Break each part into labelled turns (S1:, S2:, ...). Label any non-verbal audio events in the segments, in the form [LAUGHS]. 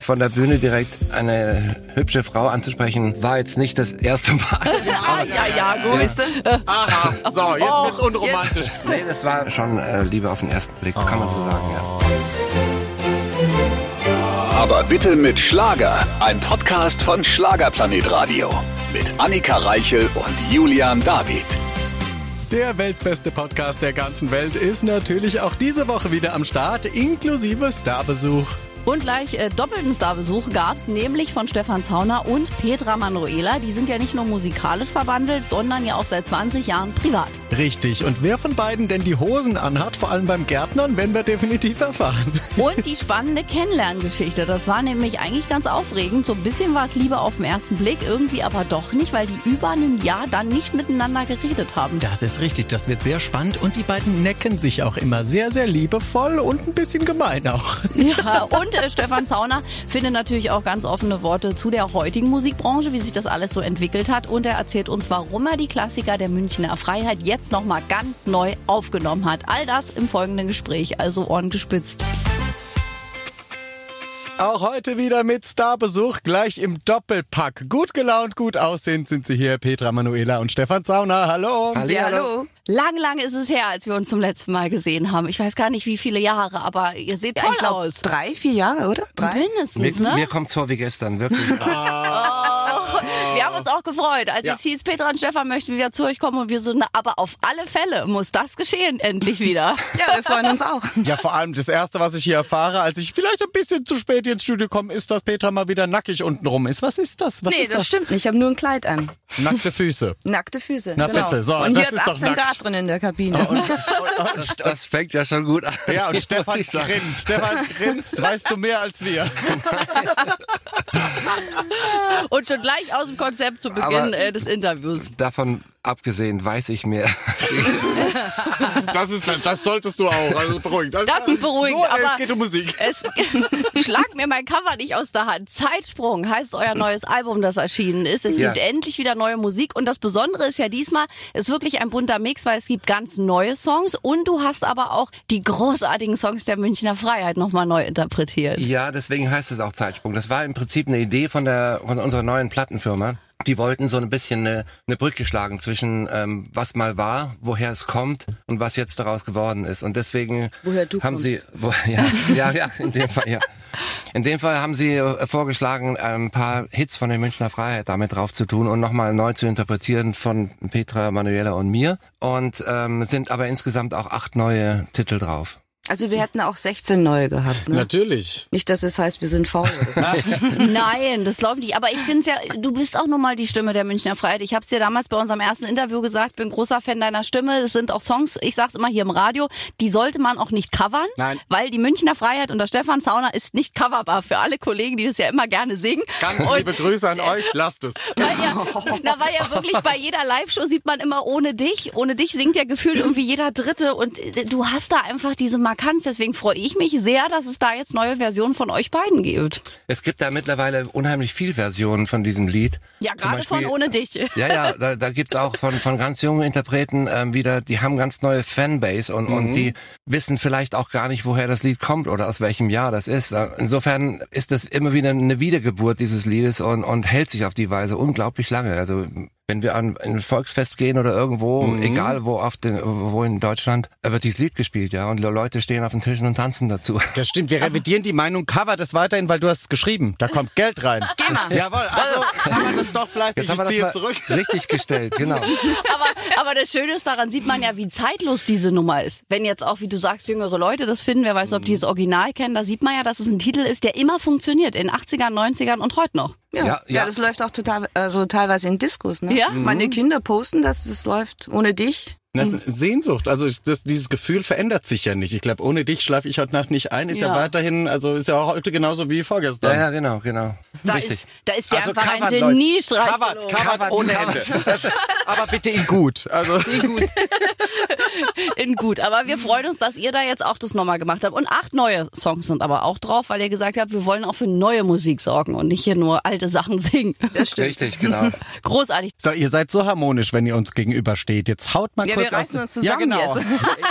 S1: von der Bühne direkt eine hübsche Frau anzusprechen, war jetzt nicht das erste Mal.
S2: Ah, [LAUGHS] ja, ja, gut. Äh, Ja.
S3: Aha,
S4: [LAUGHS]
S3: so, jetzt
S2: Och,
S3: wird's unromantisch.
S1: nee, das war schon äh, Liebe auf den ersten Blick, kann man so sagen, ja.
S5: Aber bitte mit Schlager. Ein Podcast von Schlagerplanet Radio. Mit Annika Reichel und Julian David.
S4: Der weltbeste Podcast der ganzen Welt ist natürlich auch diese Woche wieder am Start, inklusive Starbesuch.
S2: Und gleich äh, doppelten Starbesuch gab's nämlich von Stefan Zauner und Petra Manuela. Die sind ja nicht nur musikalisch verwandelt, sondern ja auch seit 20 Jahren privat.
S4: Richtig, und wer von beiden denn die Hosen anhat, vor allem beim Gärtnern, werden wir definitiv erfahren.
S2: Und die spannende Kennenlerngeschichte. Das war nämlich eigentlich ganz aufregend. So ein bisschen war es Liebe auf den ersten Blick, irgendwie aber doch nicht, weil die über ein Jahr dann nicht miteinander geredet haben.
S4: Das ist richtig, das wird sehr spannend und die beiden necken sich auch immer sehr, sehr liebevoll und ein bisschen gemein auch.
S2: Ja, und äh, Stefan Zauner findet natürlich auch ganz offene Worte zu der heutigen Musikbranche, wie sich das alles so entwickelt hat. Und er erzählt uns, warum er die Klassiker der Münchner Freiheit jetzt nochmal ganz neu aufgenommen hat. All das im folgenden Gespräch, also Ohren gespitzt.
S4: Auch heute wieder mit Starbesuch, gleich im Doppelpack. Gut gelaunt, gut aussehend sind sie hier, Petra Manuela und Stefan Zauner. Hallo.
S6: Also
S1: Hallihallo.
S2: Lang, lang ist es her, als wir uns zum letzten Mal gesehen haben. Ich weiß gar nicht, wie viele Jahre, aber ihr seht toll
S6: ich glaube,
S2: aus.
S6: drei, vier Jahre, oder? Drei?
S2: Mindestens,
S1: Mir,
S2: ne?
S1: mir kommt's vor wie gestern, wirklich.
S2: [LAUGHS] Wir haben uns auch gefreut, als es hieß, Petra und Stefan möchten wieder zu euch kommen und wir so, na, aber auf alle Fälle muss das geschehen, endlich
S1: [LAUGHS]
S2: wieder.
S6: Ja, wir freuen uns [LAUGHS] auch.
S4: Ja, vor allem das Erste, was ich hier erfahre, als ich vielleicht ein bisschen zu spät hier ins Studio komme, ist, dass Petra mal wieder nackig unten rum ist. Was ist das? Was
S6: nee,
S4: ist
S6: das, stimmt nicht. Ich habe nur ein Kleid an.
S4: Nackte Füße.
S6: Nackte Füße.
S4: Na
S6: genau.
S4: bitte, so,
S6: Und
S4: das
S6: hier
S4: ist
S6: ist
S4: doch
S6: 18
S4: nackt. Oh,
S6: Grad drin in der Kabine.
S1: Das, das fängt ja schon gut an.
S4: Ja,
S1: [LAUGHS]
S4: und
S1: muss
S4: Stefan
S1: ich sagen.
S4: grinst. Stefan grinst, weißt du mehr als wir.
S2: Und schon gleich aus dem Konzept zu Beginn
S1: Aber-
S2: äh, des Interviews.
S1: Davon abgesehen weiß ich mehr.
S4: Das ist das solltest du auch. Also beruhigt.
S2: Das ist beruhigend,
S4: Nur,
S2: aber-
S4: es geht um Musik.
S2: Es [LAUGHS] schlag mir mein Cover nicht aus der Hand. Zeitsprung heißt euer neues Album, das erschienen ist. Es
S1: Ja.
S2: gibt endlich wieder neue Musik und das Besondere ist ja diesmal, es ist wirklich ein bunter Mix, weil es gibt ganz neue Songs und du hast aber auch die großartigen Songs der Münchner Freiheit nochmal neu interpretiert.
S1: Ja, deswegen heißt es auch Zeitsprung. Das war im Prinzip eine Idee von, der, von unserer neuen Plattenfirma. Die wollten so ein bisschen eine, eine Brücke schlagen zwischen ähm, was mal war, woher es kommt und was jetzt daraus geworden ist. Und deswegen
S6: Woher du
S1: haben sie
S6: kommst.
S1: wo, [LAUGHS] ja, ja, ja, in dem Fall, ja. In dem Fall haben sie äh, vorgeschlagen, ein paar Hits von der Münchner Freiheit damit drauf zu tun und nochmal neu zu interpretieren von Petra, Manuela und mir. Und ähm, sind aber insgesamt auch acht neue Titel drauf.
S4: oh.
S6: Also wir hätten auch 16 neue gehabt. Ne?
S4: Natürlich.
S6: Nicht, dass es heißt, wir sind faul.
S4: [LAUGHS]
S6: Oder so.
S2: Nein, das glaube ich nicht. Aber ich finde es ja, du bist auch nun mal die Stimme der Münchner Freiheit. Ich habe es dir damals bei unserem ersten Interview gesagt, bin großer Fan deiner Stimme. Es sind auch Songs, ich sag's immer hier im Radio, die sollte man auch nicht covern,
S4: Nein.
S2: weil die Münchner Freiheit unter Stefan Zauner ist nicht coverbar für alle Kollegen, die das ja immer gerne singen.
S4: Ganz liebe Grüße an euch. Lasst es.
S2: Weil ja, na, weil ja wirklich bei jeder Live-Show sieht man immer ohne dich. Ohne dich singt ja gefühlt irgendwie jeder Dritte. Und äh, du hast da einfach diese Markanz. Deswegen freue ich mich sehr, dass es da jetzt neue Versionen von euch beiden gibt.
S1: Es gibt da mittlerweile unheimlich viel Versionen von diesem Lied.
S2: Ja,
S1: Zum
S2: gerade von
S1: Beispiel-
S2: ohne dich.
S1: Ja, ja, da, da gibt's auch von, von ganz jungen Interpreten ähm, wieder, die haben ganz neue Fanbase und,
S4: Mhm.
S1: und die wissen vielleicht auch gar nicht, woher das Lied kommt oder aus welchem Jahr das ist. Äh, Insofern ist das immer wieder eine Wiedergeburt dieses Liedes und, und hält sich auf die Weise unglaublich lange. Also wenn wir an ein Volksfest gehen oder irgendwo,
S4: Mhm.
S1: egal wo auf den, wo in Deutschland, äh, wird dieses Lied gespielt, ja. Und Leute stehen auf den Tischen und tanzen dazu.
S4: Das stimmt, wir revidieren die Meinung, cover das weiterhin, weil du hast es geschrieben. Da kommt Geld rein.
S6: Geh mal.
S4: Jawohl, also haben wir das doch fleißig.
S1: Jetzt haben wir das
S4: ich ziehe
S1: mal
S4: zurück.
S1: richtig gestellt,
S4: [LAUGHS]
S1: genau.
S2: Aber, aber das Schöne ist, daran sieht man ja, wie zeitlos diese Nummer ist. Wenn jetzt auch, wie du sagst, jüngere Leute das finden, wer weiß, ob die das Original kennen, da sieht man ja, dass es ein Titel ist, der immer funktioniert. In 80ern, 90ern und heute noch.
S6: Ja,
S1: Ja,
S6: ja,
S1: ja.
S6: das läuft auch total, also teilweise in Diskos. Ne?
S4: Mhm.
S2: Ja.
S6: Meine Kinder posten, dass es läuft ohne dich.
S4: Das ist Sehnsucht, also ich- das, dieses Gefühl verändert sich ja nicht. Ich glaube, ohne dich schlafe ich heute Nacht nicht ein. Ist ja.
S2: Ja.
S4: weiterhin, also ist ja auch heute genauso wie vorgestern.
S1: Ja, ja, genau, genau.
S2: Da
S1: richtig.
S2: ist, da ist ja
S4: Also
S2: einfach ein
S4: covern, Leute.
S2: Geniestreich.
S4: Covert,
S2: gelungen.
S4: covert ohne Ende. [LAUGHS] Aber bitte in gut. Also
S2: In gut. Aber wir freuen uns, dass ihr da jetzt auch das nochmal gemacht habt. Und acht neue Songs sind aber auch drauf, weil ihr gesagt habt, wir wollen auch für neue Musik sorgen und nicht hier nur alte Sachen singen.
S6: Das stimmt.
S1: Richtig, genau.
S2: Großartig.
S4: so, ihr seid so harmonisch, wenn ihr uns gegenübersteht. Jetzt haut mal
S6: Ja, wir
S4: kurz aus-
S6: reißen uns zusammen
S4: ja, genau.
S6: jetzt.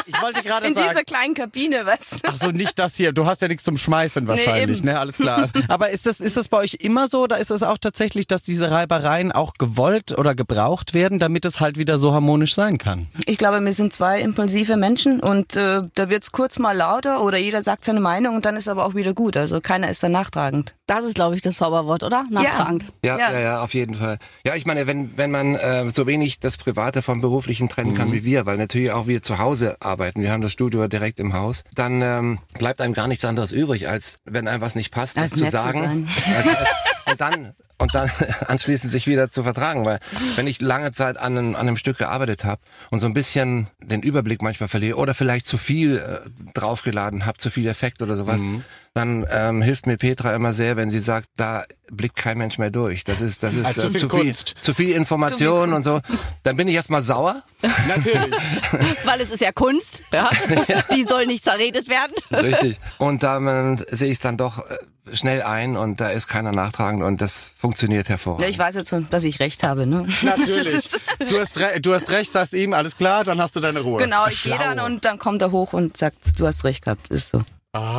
S4: Ich wollte gerade
S6: In
S4: sagen.
S6: dieser kleinen Kabine, was?
S4: Ach so, nicht das hier. Du hast ja nichts zum Schmeißen wahrscheinlich,
S6: eben.
S4: ne? Alles klar. Aber ist das, ist das bei euch immer so oder ist es auch tatsächlich, dass diese Reibereien auch gewollt oder gebraucht werden, damit es halt wieder so harmonisch sein kann?
S6: [LAUGHS] Ich glaube, wir sind zwei impulsive Menschen und äh, da wird's kurz mal lauter oder jeder sagt seine Meinung und dann ist aber auch wieder gut. Also keiner ist da nachtragend.
S2: Das ist, glaube ich, das Zauberwort, oder? Nachtragend.
S1: Ja, ja,
S6: Ja.
S1: ja, auf jeden Fall. Ja, ich meine, wenn, wenn man äh, so wenig das Private vom Beruflichen trennen kann wie wir, weil natürlich auch wir zu Hause arbeiten, wir haben das Studio direkt im Haus, dann ähm, bleibt einem gar nichts anderes übrig, als wenn einem was nicht passt,
S6: Als
S1: das zu
S6: nett zu
S1: sagen. Als, als, Also, äh, und dann und dann [LAUGHS] anschließend sich wieder zu vertragen, weil wenn ich lange Zeit an einem, an einem Stück gearbeitet habe und so ein bisschen den Überblick manchmal verliere oder vielleicht zu viel äh, draufgeladen habe, zu viel Effekt oder sowas,
S4: Mhm.
S1: dann ähm, hilft mir Petra immer sehr, wenn sie sagt, da blickt kein Mensch mehr durch. Das ist das ist
S4: Also zu
S1: äh,
S4: viel
S1: zu, viel,
S4: Kunst.
S1: zu viel Information und so. Dann bin ich erstmal sauer.
S4: Natürlich.
S2: Weil es ist ja Kunst,
S4: [LAUGHS]
S2: ja. Die soll nicht zerredet werden.
S1: Richtig. Und dann sehe ich es dann doch äh, schnell ein und da ist keiner nachtragend und das funktioniert hervorragend.
S6: Ja, ich weiß jetzt, dass ich recht habe, ne?
S4: Natürlich. Du hast, re du hast recht, sagst ihm, alles klar, dann hast du deine Ruhe.
S6: Genau, ich gehe dann und dann kommt er hoch und sagt, du hast recht gehabt. Ist so.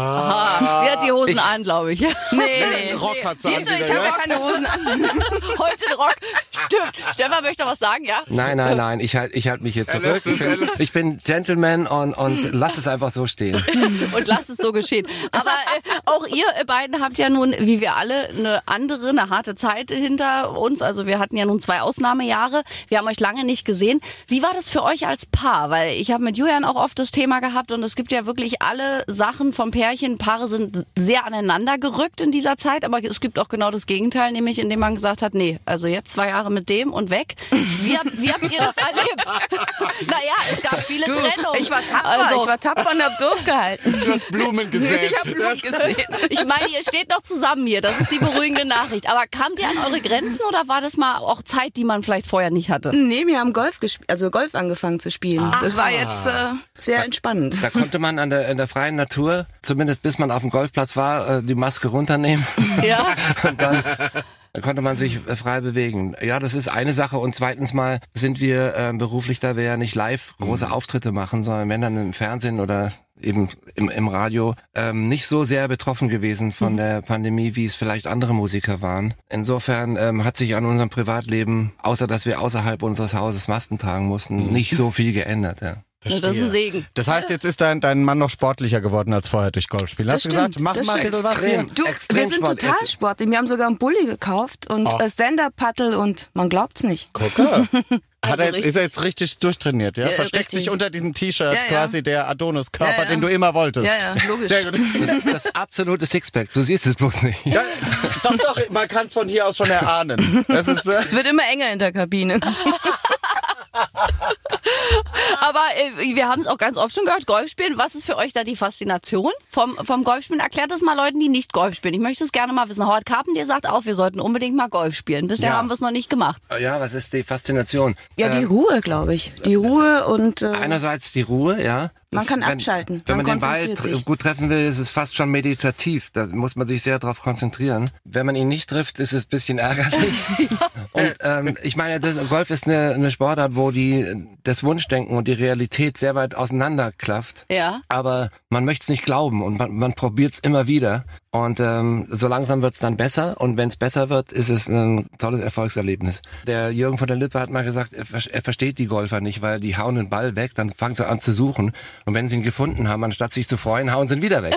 S2: Ah, sie hat die Hosen
S1: Ich-
S2: an, glaube ich. [LAUGHS]
S6: Nee,
S4: Den Rock hat sie an
S6: Siehst du, ich
S4: wieder,
S6: habe ja
S4: ne?
S6: keine Hosen an.
S2: Heute den Rock. Stimmt. Stefan möchte was sagen, ja?
S1: Nein, nein, nein, ich halt, ich halt mich hier zurück.
S3: lässt es,
S1: Ich
S3: er
S1: bin,
S3: lässt-
S1: ich bin Gentleman
S3: [LAUGHS]
S1: und, und lass es einfach so stehen.
S2: [LAUGHS] und lasst es so geschehen. Aber äh, auch ihr beiden habt ja nun, wie wir alle, eine andere, eine harte Zeit hinter uns. Also wir hatten ja nun zwei Ausnahmejahre. Wir haben euch lange nicht gesehen. Wie war das für euch als Paar? Weil ich habe mit Julian auch oft das Thema gehabt und es gibt ja wirklich alle Sachen vom Pärchen. Paare sind sehr aneinander gerückt in dieser Zeit, aber es gibt auch genau das Gegenteil, nämlich indem man gesagt hat, nee, also jetzt zwei Jahre mit dem und weg. Wie, habt- wie habt ihr
S6: [LAUGHS]
S2: das erlebt? [LAUGHS] naja, es gab viele Trennungen.
S6: Ich war tapfer,
S2: Also-
S6: ich war tapfer und hab durchgehalten.
S4: Du hast Blumen gesät.
S6: Ich hab Blut gesehen.
S2: [LAUGHS] Ich meine, ihr steht noch zusammen hier. Das ist die beruhigende Nachricht. Aber kamt ihr an eure Grenzen oder war das mal auch Zeit, die man vielleicht vorher nicht hatte?
S6: Nee, wir haben Golf gespielt, also Golf angefangen zu spielen. Das war jetzt äh, sehr entspannend.
S1: Da konnte man an der, in der freien Natur, zumindest bis man auf dem Golfplatz war, äh, die Maske runternehmen.
S2: Ja.
S1: Und dann dann konnte man sich äh, frei bewegen. Ja, das ist eine Sache. Und zweitens mal sind wir äh, beruflich, da wir ja nicht live große Auftritte machen, sondern wenn dann im Fernsehen oder eben im, im Radio, ähm, nicht so sehr betroffen gewesen von der Pandemie, wie es vielleicht andere Musiker waren. Insofern ähm, hat sich an unserem Privatleben, außer dass wir außerhalb unseres Hauses Masken tragen mussten, nicht so viel geändert. Ja.
S2: Das ist ein Segen.
S4: Das heißt, jetzt ist dein, dein Mann noch sportlicher geworden als vorher durch Golfspiel. Hast
S6: Das
S4: du
S6: stimmt,
S4: gesagt, mach
S6: das
S4: mal ein
S6: stimmt.
S4: bisschen was hier.
S6: Du,
S1: Extrem
S6: wir sind
S1: spannend.
S6: total
S1: Jetzt-
S6: sportlich. Wir haben sogar einen Bulli gekauft und
S4: Ach.
S6: äh, Stand-Up-Paddle und man glaubt's nicht. [LAUGHS]
S4: Gucke. Hat er,
S2: richtig-
S4: ist er jetzt richtig durchtrainiert, ja?
S6: Also Ja,
S4: Versteckt
S6: richtig.
S4: sich unter diesem T-Shirt
S6: Ja, ja.
S4: quasi der Adonis-Körper,
S6: Ja, ja.
S4: den du immer wolltest.
S6: Ja, ja, logisch.
S4: Sehr gut.
S1: Das,
S6: [LAUGHS]
S1: das absolute Sixpack. Du siehst es bloß nicht.
S4: Ja, doch, doch, man kann es von hier aus schon erahnen. Das ist, äh,
S6: Es wird immer enger in der Kabine.
S2: Aber äh, wir haben es auch ganz oft schon gehört, Golf spielen. Was ist für euch da die Faszination vom, vom Golfspielen? Erklärt das mal Leuten, die nicht Golf spielen. Ich möchte es gerne mal wissen. Howard Carpentier sagt auch, wir sollten unbedingt mal Golf spielen. Bisher
S1: Ja.
S2: haben wir es noch nicht gemacht.
S1: Ja, was ist die Faszination?
S6: Ja, die
S1: Ähm,
S6: Ruhe, glaube ich. Die Ruhe und äh,
S1: Einerseits die Ruhe, ja.
S6: Man kann
S1: wenn,
S6: abschalten,
S1: Wenn man,
S6: man
S1: den Ball
S6: konzentriert
S1: tr-
S6: sich.
S1: gut treffen will, ist es fast schon meditativ. Da muss man sich sehr drauf konzentrieren. Wenn man ihn nicht trifft, ist es ein bisschen ärgerlich. und ähm, ich meine, das, Golf ist eine, eine Sportart, wo die das Wunschdenken und die Realität sehr weit auseinanderklafft.
S2: Ja.
S1: Aber man möchte es nicht glauben und man, man probiert es immer wieder. Und ähm, so langsam wird es dann besser. Und wenn es besser wird, ist es ein tolles Erfolgserlebnis. Der Jürgen von der Lippe hat mal gesagt, er, ver- er versteht die Golfer nicht, weil die hauen den Ball weg, dann fangen sie an zu suchen. Und wenn sie ihn gefunden haben, anstatt sich zu freuen, hauen sie ihn [LAUGHS] wieder weg.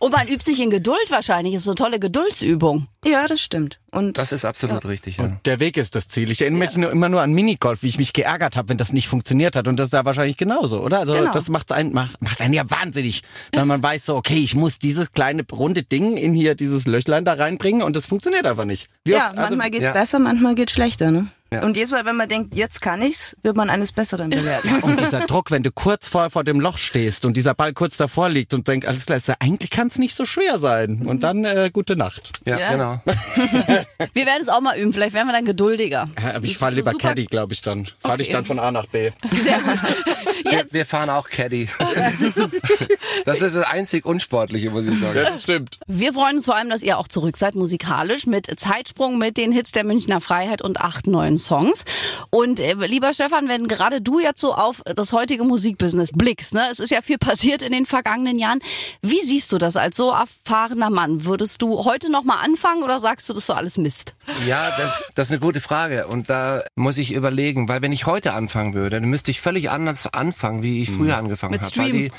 S2: Und man übt sich in Geduld wahrscheinlich. Ist so eine tolle Geduldsübung.
S6: ja, das stimmt. Und
S1: Das ist absolut richtig. Ja.
S4: der Weg ist das Ziel. Ich erinnere mich nur, immer nur an Minigolf, wie ich mich geärgert habe, wenn das nicht funktioniert hat. Und das ist da wahrscheinlich genauso, oder? Also
S6: Genau.
S4: das macht einen, macht, macht einen ja wahnsinnig, wenn man weiß so, okay, ich muss dieses kleine runde Ding in hier, dieses Löchlein da reinbringen und das funktioniert einfach nicht. Wie
S6: ja,
S4: oft- also
S6: manchmal geht's
S1: ja.
S6: besser, manchmal geht's schlechter, ne?
S1: Ja.
S6: Und jedes Mal, wenn man denkt, jetzt kann ich's, wird man eines Besseren belehrt.
S4: [LAUGHS] Und dieser Druck, wenn du kurz vor, vor dem Loch stehst und dieser Ball kurz davor liegt und denkst, alles klar, ist ja, eigentlich kann es nicht so schwer sein. Und dann äh, gute
S2: [LAUGHS]
S4: Nacht.
S1: Ja,
S6: Ja.
S1: genau.
S2: Wir werden es auch mal üben. Vielleicht werden wir dann geduldiger.
S4: Aber ich
S2: Das
S4: fahre
S2: ist
S4: lieber
S2: super.
S4: Caddy, glaube ich, dann. Fahre ich
S2: Okay.
S4: dann von A nach B.
S2: Sehr
S4: [LAUGHS]
S2: gut.
S1: Wir, wir fahren auch Caddy. [LAUGHS] das ist das einzig Unsportliche, muss ich sagen.
S4: das stimmt.
S2: Wir freuen uns vor allem, dass ihr auch zurück seid musikalisch mit Zeitsprung mit den Hits der Münchner Freiheit und 8, 9. neuen Songs. Und äh, lieber Stefan, wenn gerade du jetzt so auf das heutige Musikbusiness blickst, ne, es ist ja viel passiert in den vergangenen Jahren. Wie siehst du das als so erfahrener Mann? Würdest du heute nochmal anfangen oder sagst du, das ist so alles Mist?
S1: Ja, das, das ist eine gute Frage und da muss ich überlegen, weil wenn ich heute anfangen würde, dann müsste ich völlig anders anfangen, wie ich früher angefangen
S2: Mhm. Mit
S1: habe. Weil
S2: Stream.
S1: die,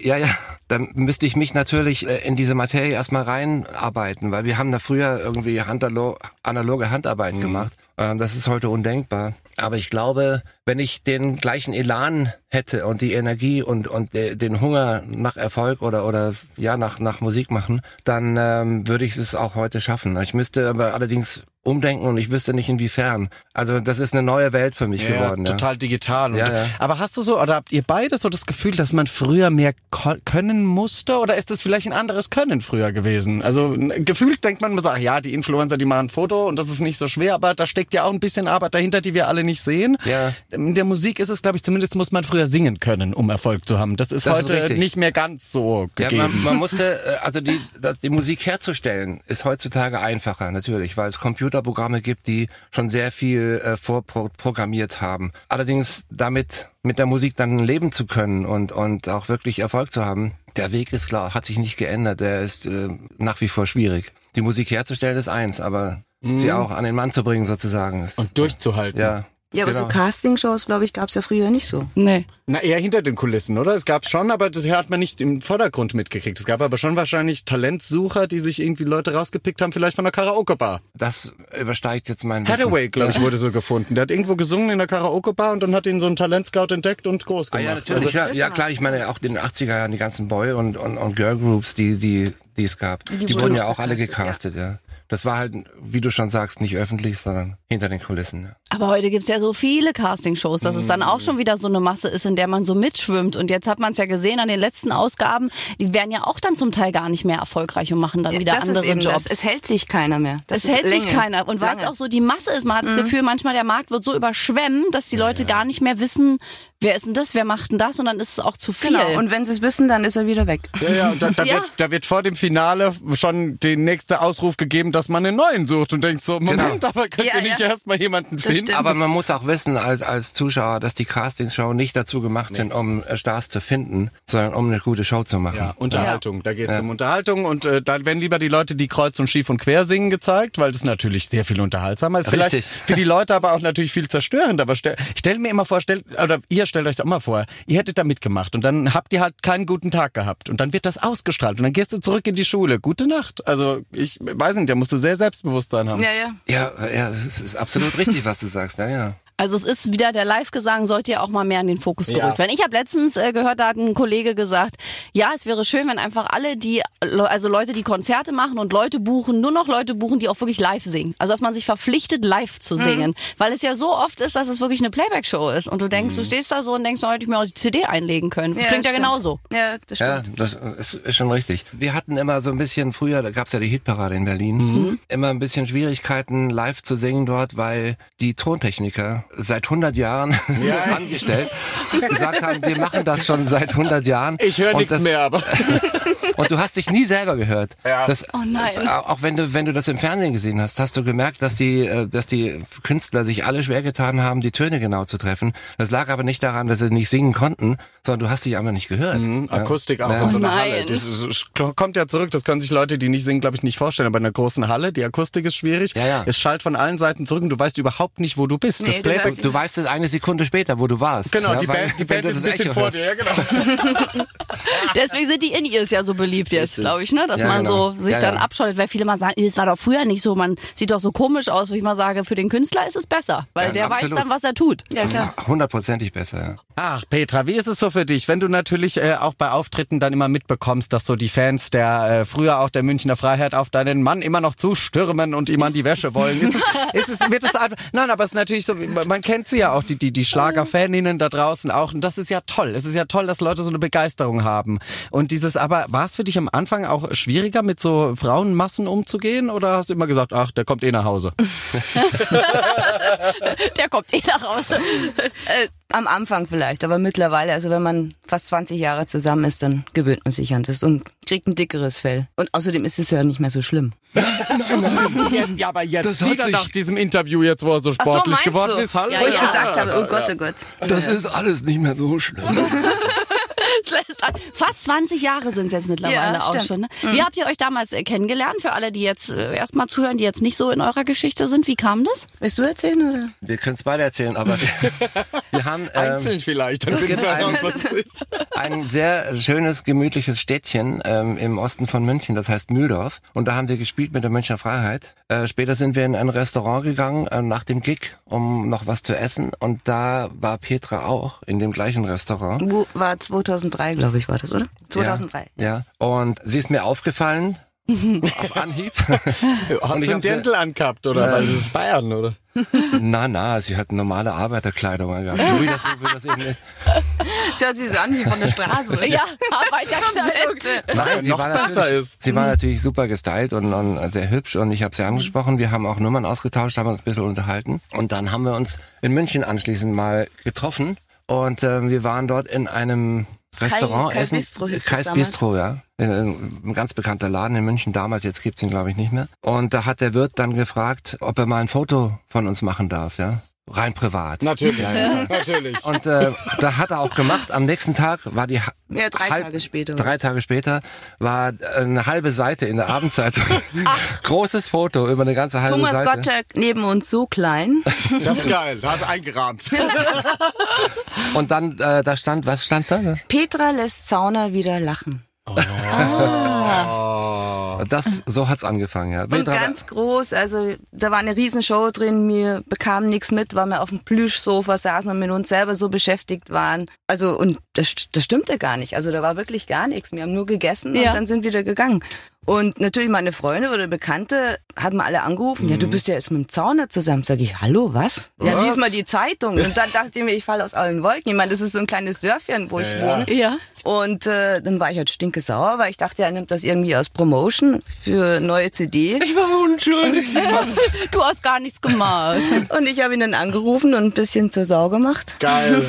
S1: die, ja, ja, dann müsste ich mich natürlich äh, in diese Materie erstmal reinarbeiten, weil wir haben da früher irgendwie handalo- analoge
S2: Mhm.
S1: Handarbeit gemacht. Ähm, das ist heute undenkbar. Aber ich glaube, wenn ich den gleichen Elan hätte und die Energie und, und äh, den Hunger nach Erfolg oder, oder ja, nach, nach Musik machen, dann ähm, würde ich es auch heute schaffen. Ich müsste aber allerdings umdenken und ich wüsste nicht inwiefern. Also das ist eine neue Welt für mich geworden. Ja.
S4: total digital. Und
S1: Ja, ja.
S4: Aber hast du so, oder habt ihr beide so das Gefühl, dass man früher mehr ko- können musste? Oder ist das vielleicht ein anderes Können früher gewesen? Also n- gefühlt denkt man immer so, ach ja, die Influencer, die machen ein Foto und das ist nicht so schwer, aber da steckt ja auch ein bisschen Arbeit dahinter, die wir alle nicht sehen.
S1: Ja.
S4: In der Musik ist es, glaube ich, zumindest muss man früher singen können, um Erfolg zu haben. Das ist
S1: Das ist
S4: heute
S1: richtig.
S4: nicht mehr ganz so
S1: Ja,
S4: gegeben.
S1: man, man musste, äh, also die, das- die Musik herzustellen ist heutzutage einfacher, natürlich, weil es Computerprogramme gibt, die schon sehr viel äh, vorprogrammiert haben. Allerdings damit, mit der Musik dann leben zu können und, und auch wirklich Erfolg zu haben, der Weg ist klar, hat sich nicht geändert, der ist äh, nach wie vor schwierig. Die Musik herzustellen ist eins, aber sie auch an den Mann zu bringen sozusagen ist,
S4: Mhm. und durchzuhalten.
S1: ja.
S6: Ja, aber
S1: Genau.
S6: so Castingshows, glaube ich, gab es ja früher nicht so.
S2: Nee.
S4: Na, eher hinter den Kulissen, oder? Es gab schon, aber das hat man nicht im Vordergrund mitgekriegt. Es gab aber schon wahrscheinlich Talentsucher, die sich irgendwie Leute rausgepickt haben, vielleicht von einer Karaoke-Bar.
S1: Das übersteigt jetzt mein Wissen.
S4: Hathaway, glaube ich, wurde so gefunden. Der hat irgendwo gesungen in der Karaoke-Bar und dann hat ihn so ein Talentscout entdeckt und groß
S1: Ah,
S4: gemacht.
S1: ja, natürlich.
S4: Also,
S1: ja, ja, klar, ich meine, auch in den 80er Jahren die ganzen Boy- und, und, und Girl-Groups, die, die, die es gab, die,
S6: wurden
S1: wurden ja
S6: auch
S1: auch alle gecastet,
S6: gecastet,
S1: ja. Das war halt, wie du schon sagst, nicht öffentlich, sondern hinter den Kulissen. Ja.
S2: Aber heute gibt's ja so viele Castingshows, dass es dann
S6: Mm.
S2: auch schon wieder so eine Masse ist, in der man so mitschwimmt. Und jetzt hat man es ja gesehen an den letzten Ausgaben, die werden ja auch dann zum Teil gar nicht mehr erfolgreich und machen dann wieder
S6: das
S2: andere
S6: ist eben
S2: Jobs.
S6: das. Es hält sich keiner mehr. Das
S2: Es
S6: ist
S2: hält sich
S6: Länge.
S2: keiner. Und weil es
S6: Lange. Mhm.
S2: auch so die Masse ist, man hat das Gefühl, manchmal der Markt wird so überschwemmt, dass die Leute gar nicht mehr wissen, wer ist denn das, wer macht denn das und dann ist es auch zu viel.
S6: Genau. Und wenn sie es wissen, dann ist er wieder weg.
S4: Also, ja, ja, und da,
S6: [LAUGHS]
S4: da,
S2: Ja.
S4: Wird, da wird vor dem Finale schon der nächste Ausruf gegeben, dass man einen neuen sucht und denkst so, Moment,
S1: Genau.
S4: aber könnt
S6: Ja,
S4: ihr nicht
S6: ja.
S4: erstmal jemanden finden?
S6: stimmt.
S1: Aber man muss auch wissen als, als Zuschauer, dass die Castingshow nicht dazu gemacht sind, um äh, Stars zu finden, sondern um eine gute Show zu machen.
S4: Ja, Unterhaltung. Da geht es um Unterhaltung und äh, dann werden lieber die Leute, die kreuz und schief und quer singen, gezeigt, weil das natürlich sehr viel unterhaltsamer ist. Vielleicht
S1: Richtig.
S4: Für die Leute aber auch natürlich viel zerstörender. Aber stell, ich stell mir immer vor, stell, oder ihr stellt euch doch mal vor, ihr hättet da mitgemacht und dann habt ihr halt keinen guten Tag gehabt und dann wird das ausgestrahlt und dann gehst du zurück in die Schule. Gute Nacht. Also ich weiß nicht, da musst du sehr Selbstbewusstsein haben.
S6: Ja, ja.
S1: Ja, ja, es ist, es ist absolut richtig, was du sagst. Ja, ja.
S2: Also es ist wieder der Live-Gesang, sollte ja auch mal mehr in den Fokus
S4: Ja.
S2: gerückt werden. Ich habe letztens äh, gehört, da hat ein Kollege gesagt, ja, es wäre schön, wenn einfach alle, die, Le- also Leute, die Konzerte machen und Leute buchen, nur noch Leute buchen, die auch wirklich live singen. Also dass man sich verpflichtet, live
S6: Mhm.
S2: zu singen. Weil es ja so oft ist, dass es wirklich eine Playback-Show ist. Und du denkst, du stehst da so und denkst, oh, hätte ich mir auch die CD einlegen können. Das
S6: Mhm. Ja,
S2: klingt ja
S6: stimmt.
S2: genauso.
S6: Ja, das
S1: Ja,
S6: stimmt.
S1: das ist, ist schon richtig. Wir hatten immer so ein bisschen früher, da gab's ja die Hitparade in Berlin,
S4: Mhm.
S1: immer ein bisschen Schwierigkeiten, live zu singen dort, weil die Tontechniker seit 100 Jahren [LAUGHS] angestellt gesagt haben, wir machen das schon seit 100 Jahren.
S4: Ich höre
S1: Und
S4: nichts
S1: das-
S4: mehr, aber
S1: [LAUGHS] Und du hast dich nie selber gehört. Ja. Das, äh,
S2: Oh nein.
S1: Auch wenn du, wenn du das im Fernsehen gesehen hast, hast du gemerkt, dass die, äh, dass die Künstler sich alle schwer getan haben, die Töne genau zu treffen. Das lag aber nicht daran, dass sie nicht singen konnten, sondern du hast dich einfach nicht gehört.
S4: Mhm.
S1: Ja.
S4: Akustik auch
S1: Ja.
S4: in so einer
S2: Oh nein.
S4: Halle. Das, ist- das kommt ja zurück, das können sich Leute, die nicht singen, glaube ich, nicht vorstellen. Aber in einer großen Halle, die Akustik ist schwierig.
S1: Ja, ja.
S4: Es schallt von allen Seiten zurück und du weißt überhaupt nicht, wo du bist.
S6: Nee,
S4: das
S6: du
S4: Playback.
S6: hörst
S1: Du weißt es eine Sekunde später, wo du warst.
S4: genau,
S1: ja,
S4: die
S1: weil-
S4: Band, die
S1: wenn
S4: Band
S1: du
S4: ist ein
S1: das
S4: bisschen
S1: Echo
S4: vor
S1: hörst.
S4: dir, ja, genau.
S2: Deswegen sind die In-Ears ja so beliebt jetzt, glaube ich, ne? Dass
S1: Ja,
S2: man
S1: genau.
S2: so sich
S1: Ja,
S2: dann
S1: ja.
S2: abschottet, weil viele mal sagen, "Ih, es war doch früher nicht so, man sieht doch so komisch aus, wo ich mal sage, für den Künstler ist es besser, weil
S1: Ja,
S2: der weiß
S1: absolut.
S2: dann, was er tut. [LAUGHS]
S6: Ja, klar.
S1: Ja, Ah, Hundertprozentig besser. ja.
S4: Ach, Petra, wie ist es so für dich, wenn du natürlich äh, auch bei Auftritten dann immer mitbekommst, dass so die Fans der äh, früher auch der Münchner Freiheit auf deinen Mann immer noch zustürmen und ihm an die Wäsche wollen? Ist
S6: [LAUGHS]
S4: es, ist es, wird es einfach, nein, aber es ist natürlich so, man kennt sie ja auch, die, die, die Schlagerfaninnen da draußen auch. Und das ist ja toll. Es ist ja toll, dass Leute so eine Begeisterung haben. Und dieses, aber war es für dich am Anfang auch schwieriger, mit so Frauenmassen umzugehen? Oder hast du immer gesagt, ach, der kommt
S1: [LAUGHS]
S4: eh nach Hause?
S2: Der kommt eh da raus.
S6: Äh, Am Anfang vielleicht, aber mittlerweile, also wenn man fast 20 Jahre zusammen ist, dann gewöhnt man sich an das und kriegt ein dickeres Fell. Und außerdem ist es ja nicht mehr so schlimm.
S4: [LAUGHS] Ja, aber jetzt
S1: Das hat
S4: wieder
S1: sich-
S4: nach diesem Interview jetzt, wo er so sportlich
S6: meinst
S4: geworden
S6: du?
S4: ist. Hallo.
S2: Ja,
S6: Wo ich
S2: ja.
S6: gesagt habe, oh Gott, oh Gott.
S1: Das ist alles nicht mehr so schlimm.
S2: [LAUGHS] Es lässt an- Fast 20 Jahre sind es jetzt mittlerweile
S6: Ja,
S2: auch
S6: stimmt. Mhm.
S2: schon. Ne? Wie habt ihr euch damals äh, kennengelernt? Für alle, die jetzt äh, erstmal zuhören, die jetzt nicht so in eurer Geschichte sind, wie kam das?
S6: Willst du erzählen oder?
S1: Wir können es beide erzählen,
S4: [LAUGHS]
S1: aber wir haben ähm,
S4: Einzeln vielleicht. Dann finden
S1: gibt
S4: wir
S1: einen-
S4: raus, was es Also ist.
S1: ein sehr schönes, gemütliches Städtchen ähm, im Osten von München, das heißt Mühldorf. Und da haben wir gespielt mit der Münchner Freiheit. Äh, später sind wir in ein Restaurant gegangen äh, nach dem Gig, um noch was zu essen. Und da war Petra auch in dem gleichen Restaurant.
S6: Wo- War 2003, glaube ich, war das, oder? 2003.
S1: Ja, ja. Und sie ist mir aufgefallen auf Anhieb.
S4: [LAUGHS] Haben
S1: ich
S4: Sie Mhm. einen
S1: hab sehr-
S4: Dirndl angehabt, oder?
S1: Nein.
S4: Weil es ist Bayern, oder?
S1: na, na, sie hat normale Arbeiterkleidung angehabt. So wie das, so wie das eben ist.
S6: Sie hört sich so an wie von der Straße. [LAUGHS] genau.
S2: Arbeiterkleidung.
S1: Nein,
S4: noch besser
S1: natürlich,
S4: ist.
S1: sie war natürlich super gestylt und, und sehr hübsch und ich habe sie angesprochen. Wir haben auch Nummern ausgetauscht, haben uns ein bisschen unterhalten und dann haben wir uns in München anschließend mal getroffen und ähm, wir waren dort in einem Restaurant
S6: Kai
S1: essen.
S6: Bistro hieß das
S1: Kais
S6: damals.
S1: Bistro, ja. In, in, ein ganz bekannter Laden in München damals, jetzt gibt's ihn glaube ich nicht mehr. Und da hat der Wirt dann gefragt, ob er mal ein Foto von uns machen darf, ja. Rein privat.
S4: Natürlich, [LAUGHS]
S1: ja.
S4: natürlich.
S1: Und äh, da hat er auch gemacht. Am nächsten Tag war die ha-
S6: Ja, drei Tage später.
S1: Drei Tage später war äh, eine halbe Seite in der Abendzeitung. Großes Foto über eine ganze halbe
S6: Thomas
S1: Seite.
S6: Gottschalk neben uns so klein.
S4: Das ist geil. Hat eingerahmt.
S1: Und dann äh, da stand, was stand da?
S6: Petra lässt Zauner wieder lachen.
S1: Das so hat's angefangen, ja.
S6: Und ganz groß, also da war eine Riesenshow drin, wir bekamen nichts mit, weil wir auf dem Plüschsofa saßen und mit uns selber so beschäftigt waren. Also und das, st- das stimmte gar nicht, also da war wirklich gar nichts. Wir haben nur gegessen
S2: Ja.
S6: und dann sind wir wieder gegangen. Und natürlich meine Freunde oder Bekannte haben alle angerufen,
S2: Mhm.
S6: ja du bist ja jetzt mit dem Zauner zusammen. Sag ich, hallo, was? Ja,
S4: Was?
S6: diesmal die Zeitung. Und dann dachte ich mir, ich falle aus allen Wolken. Ich meine, das ist so ein kleines Dörfchen, wo ich wohne.
S2: Ja.
S6: Und äh, dann war ich halt stinke sauer, weil ich dachte, er nimmt das irgendwie als Promotion für neue CD.
S2: Ich war unschuldig. Du hast gar nichts gemacht.
S6: Und ich habe ihn dann angerufen und ein bisschen zur Sau gemacht.
S4: [LAUGHS] Geil.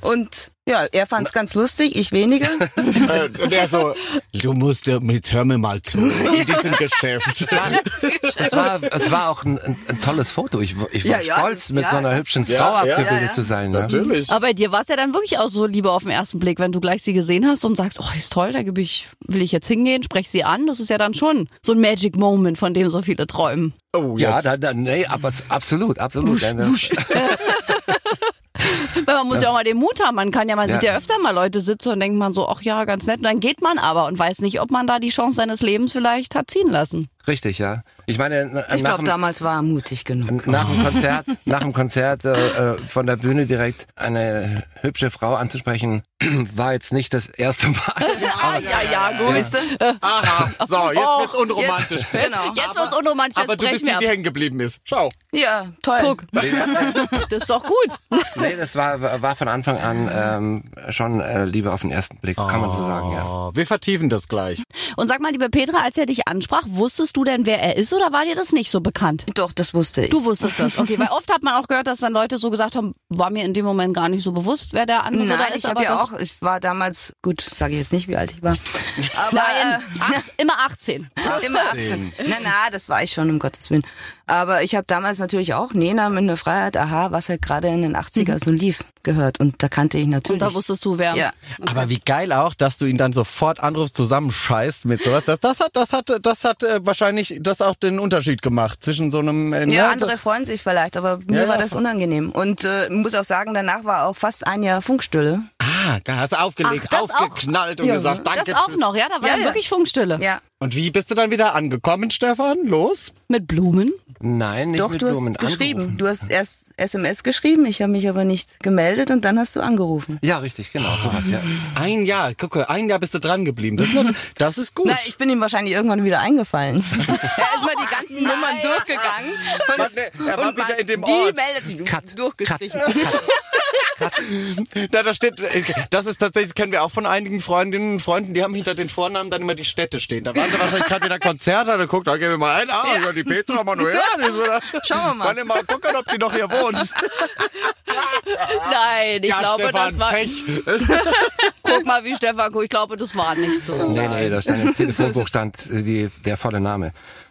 S6: Und ja, er fand es ganz lustig, ich weniger.
S4: Äh, Und er so, du musst dir mit, hör mir mal zu in diesem Geschäft.
S1: es, war, es war auch ein, ein, ein tolles Foto. Ich, w- ich war
S6: Ja, ja,
S1: stolz, mit
S6: ja,
S1: so einer
S6: das-
S1: hübschen Frau
S4: Ja, ja.
S1: abgebildet
S6: Ja, ja.
S1: zu sein. ne? Ja.
S4: [LAUGHS] Natürlich.
S2: Aber bei dir war es ja dann wirklich auch so Liebe auf den ersten Blick, wenn du gleich sie gesehen hast und sagst, oh, die ist toll, da geb ich, will ich jetzt hingehen, sprech sie an. Das ist ja dann schon so ein Magic Moment, von dem so viele träumen.
S4: Oh,
S1: Ja,
S4: jetzt.
S1: da, da, nee, aber absolut, absolut. Ja, das-
S2: Weil man muss ja auch mal den Mut haben. Man kann ja, man
S1: Ja.
S2: sieht ja öfter mal Leute sitzen und denkt man so, ach ja, ganz nett. Und dann geht man aber und weiß nicht, ob man da die Chance seines Lebens vielleicht hat ziehen lassen.
S1: Richtig, ja. Ich meine, na-
S6: Ich
S1: nach
S6: glaube,
S1: dem-
S6: damals war er mutig genug.
S1: Nach dem Konzert, nach dem Konzert äh, äh, von der Bühne direkt eine hübsche Frau anzusprechen, [CLEARS THROAT] war jetzt nicht das erste
S6: [LAUGHS]
S1: Mal.
S2: Ah, ja, ja, gut. Jetzt
S3: Aha, so, jetzt wird's unromantisch.
S6: Genau.
S2: wird's unromantisch, jetzt
S4: Aber du bist
S2: Oh, brechen
S4: die,
S2: wir ab.
S4: die hängen geblieben ist. Schau.
S6: Ja, toll.
S2: Guck, das ist doch [LAUGHS] gut.
S1: Nee, das war, war von Anfang an ähm, schon äh, Liebe auf den ersten Blick, kann man so sagen, ja.
S4: Oh, wir vertiefen das gleich.
S2: Und sag mal, liebe Petra, als er dich ansprach, wusstest du denn, wer er ist oder war dir das nicht so bekannt?
S6: Doch, das wusste ich.
S2: Du wusstest das, okay. Weil oft hat man auch gehört, dass dann Leute so gesagt haben, war mir in dem Moment gar nicht so bewusst, wer der andere da
S6: Nein,
S2: ist.
S6: ich habe ja
S2: das
S6: auch, ich war damals, gut, sage ich jetzt nicht, wie alt ich war. Aber
S2: Nein,
S6: äh,
S2: acht, immer 18.
S6: Immer 18. Na, na, das war ich schon, um Gottes Willen. Aber ich habe damals natürlich auch Nena mit einer Freiheit, aha, was halt gerade in den 80er so lief, gehört. Und da kannte ich
S2: Und
S6: natürlich.
S2: da wusstest du, wer.
S6: ja.
S4: Aber wie geil auch, dass du ihn dann sofort anrufst, zusammenscheißt mit sowas. Das, das hat, das hat, das hat äh, wahrscheinlich das auch den Unterschied gemacht zwischen so einem. Äh,
S6: Ja,
S4: ne,
S6: andere freuen sich vielleicht, aber mir
S4: Ja,
S6: war
S4: ja.
S6: das unangenehm. Und äh, muss auch sagen, danach war auch fast ein Jahr Funkstille.
S4: Ah, da hast du aufgelegt,
S2: Ach, das auch.
S4: aufgeknallt und
S6: Ja.
S4: gesagt, danke.
S2: Das auch
S4: tschüss.
S2: noch, ja, da war
S6: Ja,
S2: ja,
S6: ja.
S2: wirklich Funkstille.
S6: Ja.
S4: Und wie bist du dann wieder angekommen, Stefan? Los?
S2: Mit Blumen?
S1: Nein, nicht
S6: Doch,
S1: mit
S6: du
S1: Blumen
S6: hast geschrieben.
S1: angerufen.
S6: Du hast erst SMS geschrieben, ich habe mich aber nicht gemeldet und dann hast du angerufen.
S1: Ja, richtig, genau, sowas,
S6: [LAUGHS]
S1: ja.
S4: Ein Jahr, gucke, ein Jahr bist du dran geblieben. Das ist, nur- das ist gut.
S6: Na, ich bin ihm wahrscheinlich irgendwann wieder eingefallen. er ist mal die ganzen Nummern durchgegangen.
S4: Warte, er war wieder in dem
S6: die
S4: Ort.
S6: meldet sich
S1: Cut,
S6: durchgestrichen.
S4: Na, da steht, äh, das ist tatsächlich, kennen wir auch von einigen Freundinnen und Freunden, die haben hinter den Vornamen dann immer die Städte stehen. Da waren sie wahrscheinlich gerade wieder Konzerte, da guckt, da gehen wir mal ein, ah, ja. die Petra Manuela, die ist wieder.
S6: Schauen wir mal.
S4: Wollen wir mal gucken, ob die noch hier wohnt.
S2: Nein, ich
S3: Ah. Ja,
S2: glaube,
S3: Stefan,
S2: das war.
S3: Pech.
S2: Guck mal, wie Stefan guckt. Ich glaube, das war nicht so.
S1: Nee, nee, da stand im Telefonbuch stand äh, die, der volle Name.
S6: [LAUGHS]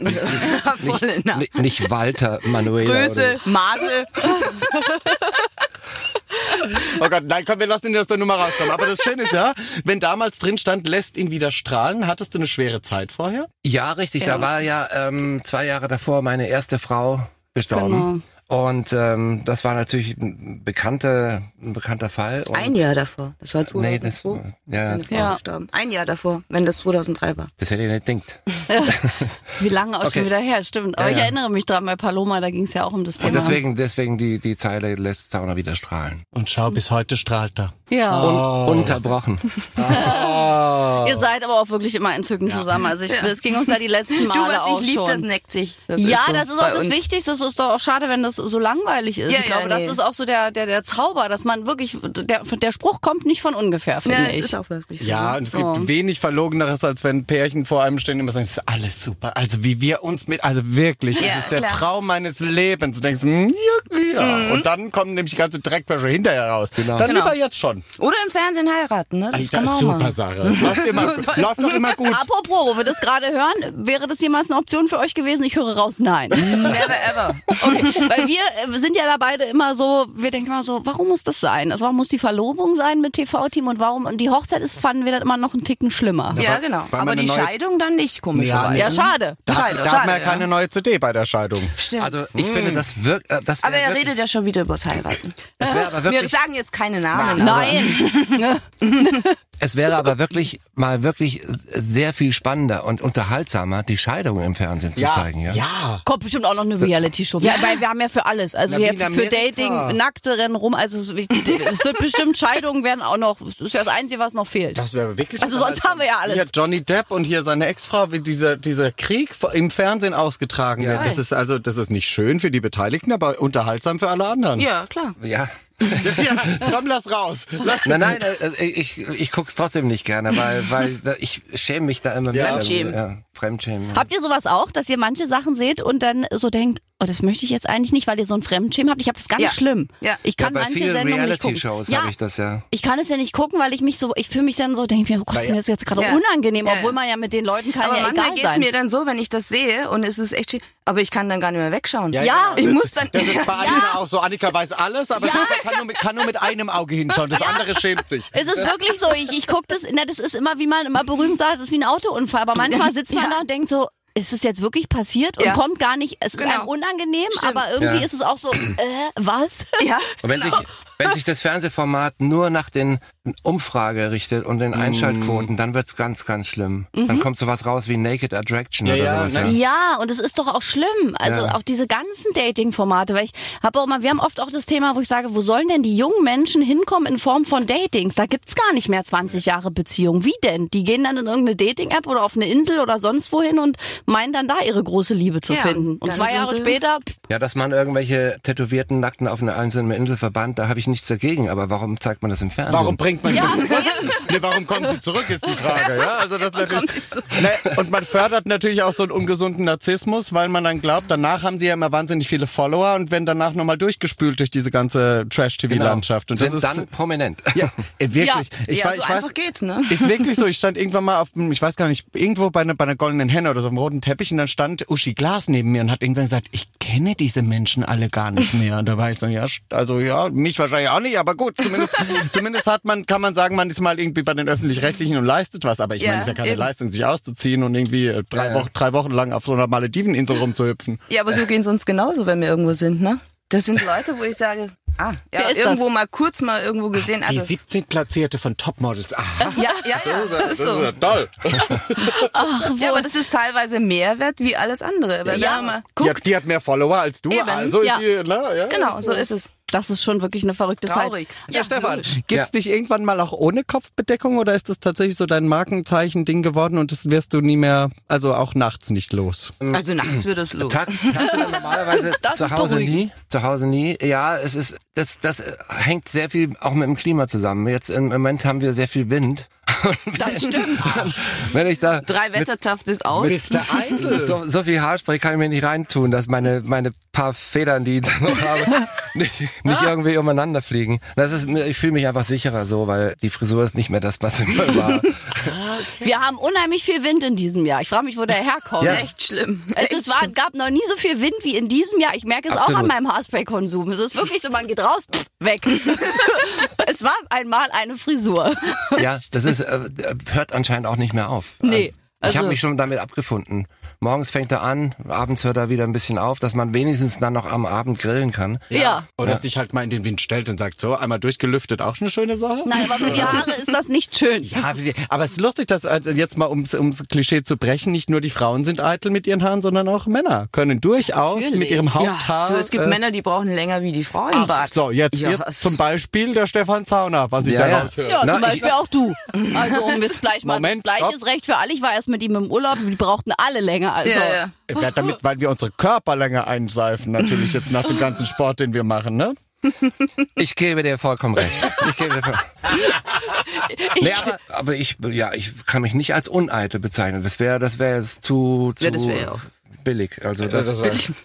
S6: Voll nah.
S1: Nicht, nicht Walter Manuel.
S6: Größe,
S2: Masel.
S4: Oh Gott, nein, komm, wir lassen ihn aus der Nummer rauskommen. Aber das Schöne ist ja, wenn damals drin stand, lässt ihn wieder strahlen, hattest du eine schwere Zeit vorher?
S1: Ja, richtig. Da war ja ähm, zwei Jahre davor meine erste Frau gestorben.
S6: Genau.
S1: Und ähm, das war natürlich ein bekannter, ein bekannter Fall. Und
S6: Ein Jahr Oh, davor. Das war
S1: Nee, das,
S6: 2002.
S1: ja,
S6: Seine Frau
S2: Ja.
S6: gestorben. Ein Jahr davor, wenn das 2003 war.
S1: das hätte ich nicht
S6: [LAUGHS]
S1: gedacht.
S2: Wie lange auch schon
S1: Okay.
S2: wieder her, stimmt. Aber
S1: Ja,
S2: ich
S1: ja.
S2: erinnere mich dran, bei Paloma, da ging es ja auch um das
S6: Genau.
S2: Thema.
S1: Und deswegen, deswegen die, die Zeile lässt Sauna wieder strahlen.
S4: Und schau, bis heute strahlt er.
S2: ja.
S1: Un
S6: Ah.
S1: Unterbrochen.
S2: Ihr seid aber auch wirklich immer entzückend zusammen. Also ich, es ging uns ja die letzten Male auch
S6: ich lieb
S2: schon.
S6: das neckt sich. Das
S2: ja,
S6: so
S2: das ist
S6: bei
S2: auch das
S6: uns.
S2: Wichtigste. Es ist doch auch schade, wenn das so langweilig ist.
S6: Ja,
S2: ich
S6: ja,
S2: glaube,
S6: nee.
S2: das ist auch so der, der, der Zauber, dass man wirklich, der, der Spruch kommt nicht von ungefähr, finde
S6: Ja, es
S2: ich.
S6: ist auch wirklich so.
S4: Ja, und es gibt wenig Verlogeneres, als wenn Pärchen vor einem stehen und immer sagen, es ist alles super. Also wie wir uns mit, also wirklich,
S6: Ja,
S4: es ist der
S6: klar.
S4: Traum meines Lebens. Du denkst, hm, ja, ja. Und dann kommen nämlich die ganze Dreckwäsche hinterher raus.
S1: Genau.
S4: Dann
S6: Genau.
S4: lieber jetzt schon.
S6: Oder im Fernsehen heiraten, ne? Das
S4: Alter,
S6: kann man auch
S4: super
S6: machen.
S4: Sache. Läuft, immer, gut. läuft doch
S2: [LAUGHS]
S4: immer gut.
S2: Apropos, wo wir das gerade hören, wäre das jemals eine Option für euch gewesen? Ich höre raus, nein.
S6: [LAUGHS] Never ever.
S4: [LAUGHS]
S2: Okay, weil wir äh, sind ja da beide immer so, wir denken immer so, warum muss das sein? Also warum muss die Verlobung sein mit TV-Team und warum? Und die Hochzeit ist, fanden wir dann immer noch einen Ticken schlimmer.
S6: Ja, genau.
S4: weil
S6: Aber
S4: man
S6: die
S4: eine neue-
S6: Scheidung dann nicht, komischerweise. ne?
S2: Ja, schade.
S4: Da, hat- da hat
S6: Schade,
S4: man
S6: schade,
S4: ja keine
S6: ja.
S4: neue CD bei der Scheidung.
S6: Stimmt.
S1: Also ich finde, das wirkt. äh, Das wär
S6: aber er
S1: wirklich,
S6: redet ja schon wieder übers Heiraten.
S1: es wäre
S6: [LAUGHS]
S1: aber
S6: Wir
S1: wirklich,
S6: sagen jetzt keine Namen. aber-
S2: Nein.
S1: es wäre aber wirklich mal wirklich sehr viel spannender und unterhaltsamer, die Scheidung im Fernsehen zu zeigen. Ja.
S4: ja.
S2: Kommt bestimmt auch noch eine Reality-Show. Ja, weil wir haben ja für alles. Also
S4: Na, wie
S2: jetzt
S4: in
S2: für
S4: Amerika.
S2: Dating, Nackte rennen rum. Also es, es wird bestimmt Scheidungen werden auch noch. Es ist ja das Einzige, was noch fehlt.
S4: Das wäre wirklich
S2: Also sonst haben wir ja alles.
S4: Hier Johnny Depp und hier seine Ex-Frau, wie dieser, dieser Krieg vor- im Fernsehen ausgetragen wird. Das ist also, das ist nicht schön für die Beteiligten, aber unterhaltsam für alle anderen.
S6: Ja, klar.
S1: ja.
S4: Ja, komm, lass raus. Lass-
S1: Nein, nein, äh, ich, ich guck's trotzdem nicht gerne, weil,
S4: [LAUGHS]
S1: weil da- ich schäme mich da immer wieder.
S6: Fremdschämen.
S1: Ja, Fremdschämen. Ja.
S2: Habt ihr sowas auch, dass ihr manche Sachen seht und dann so denkt, oh, das möchte ich jetzt eigentlich nicht, weil ihr so ein Fremdschämen habt? Ich habe das ganz
S6: Ja.
S2: schlimm.
S6: Ja.
S2: Ich
S1: Ja,
S2: kann
S1: bei
S2: manche
S1: vielen
S2: Sendungen nicht gucken.
S1: Reality-Shows
S2: ja,
S1: habe ich das ja.
S2: ich kann es ja nicht gucken, weil ich mich so, ich fühle mich dann so, denke mir, oh Gott, ist mir das jetzt gerade
S6: Ja.
S2: unangenehm,
S6: Ja,
S2: obwohl
S6: ja.
S2: man ja mit den Leuten kann
S6: Aber
S2: ja
S6: manchmal
S2: egal
S6: geht's
S2: sein.
S6: mir dann so, wenn ich das sehe und es ist echt schön, aber ich kann dann gar nicht mehr wegschauen.
S2: Ja.
S6: Ich
S4: genau. das
S6: muss
S4: ist-
S6: dann-
S4: Das ist bei
S6: Ja.
S4: Annika auch so. Annika weiß alles, aber Stefan kann, nur mit, kann nur mit einem Auge hinschauen. Das andere schämt sich.
S2: Es ist wirklich so, ich, ich gucke das, na, das ist immer, wie man immer berühmt sagt, es ist wie ein Autounfall, aber [LAUGHS] manchmal sitzt man
S6: Ja.
S2: da und denkt so, ist es jetzt wirklich passiert und
S6: Ja.
S2: kommt gar nicht, es ist
S6: Genau.
S2: einem unangenehm,
S6: Stimmt.
S2: aber irgendwie
S1: Ja.
S2: ist es auch so, äh, was?
S6: Ja,
S1: Und wenn, sich, wenn sich das Fernsehformat nur nach den Umfrage richtet und
S4: Mm.
S1: den Einschaltquoten, dann wird's ganz, ganz schlimm. Dann kommt sowas raus wie Naked Attraction oder
S4: ja,
S1: sowas. ja.
S4: ne?
S2: Ja, und es ist doch auch schlimm. Also
S1: Ja.
S2: auch diese ganzen Dating-Formate, weil ich habe auch mal, wir haben oft auch das Thema, wo ich sage, wo sollen denn die jungen Menschen hinkommen in Form von Datings? Da gibt's gar nicht mehr 20 Jahre Beziehung. Wie denn? Die gehen dann in irgendeine Dating-App oder auf eine Insel oder sonst wohin und meinen dann da ihre große Liebe zu
S6: Ja,
S2: finden. Und
S6: dann
S2: zwei
S6: sind
S2: Jahre
S6: sie-
S2: [LAUGHS] später, pff,
S1: ja, dass man irgendwelche tätowierten Nackten auf eine einzelne Insel verbannt, da habe ich nichts dagegen. Aber warum zeigt man das im Fernsehen?
S4: Warum bringt man ja, [LAUGHS] nee, warum kommen sie zurück, ist die Frage. Ja, also das natürlich, nee, und man fördert natürlich auch so einen ungesunden Narzissmus, weil man dann glaubt, danach haben sie ja immer wahnsinnig viele Follower und werden danach nochmal durchgespült durch diese ganze Trash-TV-Landschaft. Und
S1: Genau. Sind
S4: das ist,
S1: dann prominent.
S4: ja, äh, wirklich.
S2: Ja.
S4: ich
S6: ja
S4: weiß-
S6: so
S4: ich
S6: einfach
S4: weiß,
S6: geht's, ne?
S4: Ist wirklich so. Ich stand irgendwann mal auf, dem- ich weiß gar nicht, irgendwo bei einer, bei einer goldenen Henne oder so einem roten Teppich und dann stand Uschi Glas neben mir und hat irgendwann gesagt, ich kenne diese Menschen alle gar nicht mehr. Und da war ich so, ja, st- also ja, mich wahrscheinlich auch nicht, aber gut,
S6: [LAUGHS]
S4: zumindest, zumindest hat man, kann man sagen, man ist mal irgendwie bei den Öffentlich-Rechtlichen und leistet was. Aber ich
S6: Ja,
S4: meine, es ist ja keine
S6: eben.
S4: Leistung, sich auszuziehen und irgendwie äh, drei,
S1: Ja, ja.
S4: Wochen, drei Wochen lang auf so einer Malediveninsel rumzuhüpfen. [LAUGHS]
S6: Ja, aber so gehen's uns genauso, wenn wir irgendwo sind, ne? Das sind Leute, wo ich sage, ah, ja,
S2: ist
S6: irgendwo mal kurz mal irgendwo gesehen. ah,
S4: Die
S6: das-
S4: 17 Platzierte von Topmodels. Aha.
S6: ja, ja,
S4: [LAUGHS]
S6: ja, das ist so.
S4: toll.
S6: Ja, aber das ist teilweise Mehrwert wie alles andere. Weil
S2: Ja.
S6: wenn man mal
S4: Die
S6: guckt,
S4: hat, die hat mehr Follower als du,
S6: Eben,
S4: also
S2: ja.
S4: die, na, ja.
S6: genau, so ist es.
S2: das ist schon wirklich eine verrückte
S6: Traurig.
S2: Zeit.
S4: Ja, Stefan,
S2: logisch.
S4: gibt's dich irgendwann mal auch ohne Kopfbedeckung oder ist das tatsächlich so dein Markenzeichen-Ding geworden und das wirst du nie mehr, also auch nachts nicht los? [CLEARS THROAT]
S6: Also nachts wird es los.
S1: Tag, tagsüber normalerweise
S2: [LAUGHS] Das
S1: zu
S2: ist
S1: Hause
S2: beruhigend.
S1: nie. Zu Hause nie. Ja, es ist das, das äh, hängt sehr viel auch mit dem Klima zusammen. Jetzt im Moment haben wir sehr viel Wind. [LAUGHS] Und
S2: Das stimmt.
S1: wenn ich da
S6: Drei Wettertaft ist aus.
S4: Mr. Eitel.
S1: so, so viel Haarspray kann ich mir nicht reintun, dass meine, meine paar Federn, die ich da noch habe,
S2: [LAUGHS]
S1: nicht, nicht irgendwie umeinander fliegen. Das ist, mir- ich fühle mich einfach sicherer so, weil die Frisur ist nicht mehr das, was sie mal
S2: [LAUGHS]
S1: war.
S2: Wir haben unheimlich viel Wind in diesem Jahr. Ich frage mich, wo der herkommt.
S1: Ja.
S6: Echt schlimm.
S2: Es ist, war, gab noch nie so viel Wind wie in diesem Jahr. Ich merke es auch
S1: Absolut.
S2: an meinem Haarspray-Konsum. Es ist wirklich so, man geht raus, [LAUGHS] pff, weg. es war einmal eine Frisur.
S1: Ja, das ist, äh, hört anscheinend auch nicht mehr auf. Ähm,
S2: Nee,
S1: ich
S2: also-
S1: habe mich schon damit abgefunden. Morgens fängt er an, abends hört er wieder ein bisschen auf, dass man wenigstens dann noch am Abend grillen kann.
S2: Ja.
S4: Oder sich halt mal in den Wind stellt und sagt, so, einmal durchgelüftet, auch eine schöne Sache.
S2: Nein, aber für die Haare ist das nicht schön.
S4: Ja, wie- aber es ist lustig, dass also jetzt mal ums, ums Klischee zu brechen, nicht nur die Frauen sind eitel mit ihren Haaren, sondern auch Männer können durchaus mit ihrem
S6: Ja,
S4: Haupthaar.
S6: du, es gibt
S4: äh,
S6: Männer, die brauchen länger wie die Frau im
S4: Ach,
S6: Bad.
S4: so, jetzt,
S6: Ja,
S4: jetzt
S6: es-
S4: zum Beispiel der Stefan Zauner, was ich
S1: Ja,
S4: da
S1: ja.
S4: raushöre.
S2: Ja,
S1: Na,
S2: zum
S1: ich-
S2: Beispiel auch du. Also um jetzt gleich mal
S4: Moment,
S2: gleiches Recht für alle. Ich war erst mit ihm im Urlaub, die brauchten alle länger. Also
S6: Ja, ja.
S4: Ja, damit, weil wir unsere Körperlänge einseifen, natürlich jetzt nach dem ganzen Sport, den wir machen, ne?
S1: Ich gebe dir vollkommen recht. Ich gebe
S6: [LAUGHS]
S1: dir voll... nee, aber, aber ich, ja, ich kann mich nicht als Uneite bezeichnen. Das wäre, das wäre jetzt zu, zu
S6: Ja, das wär ja auch-
S1: billig. Also das,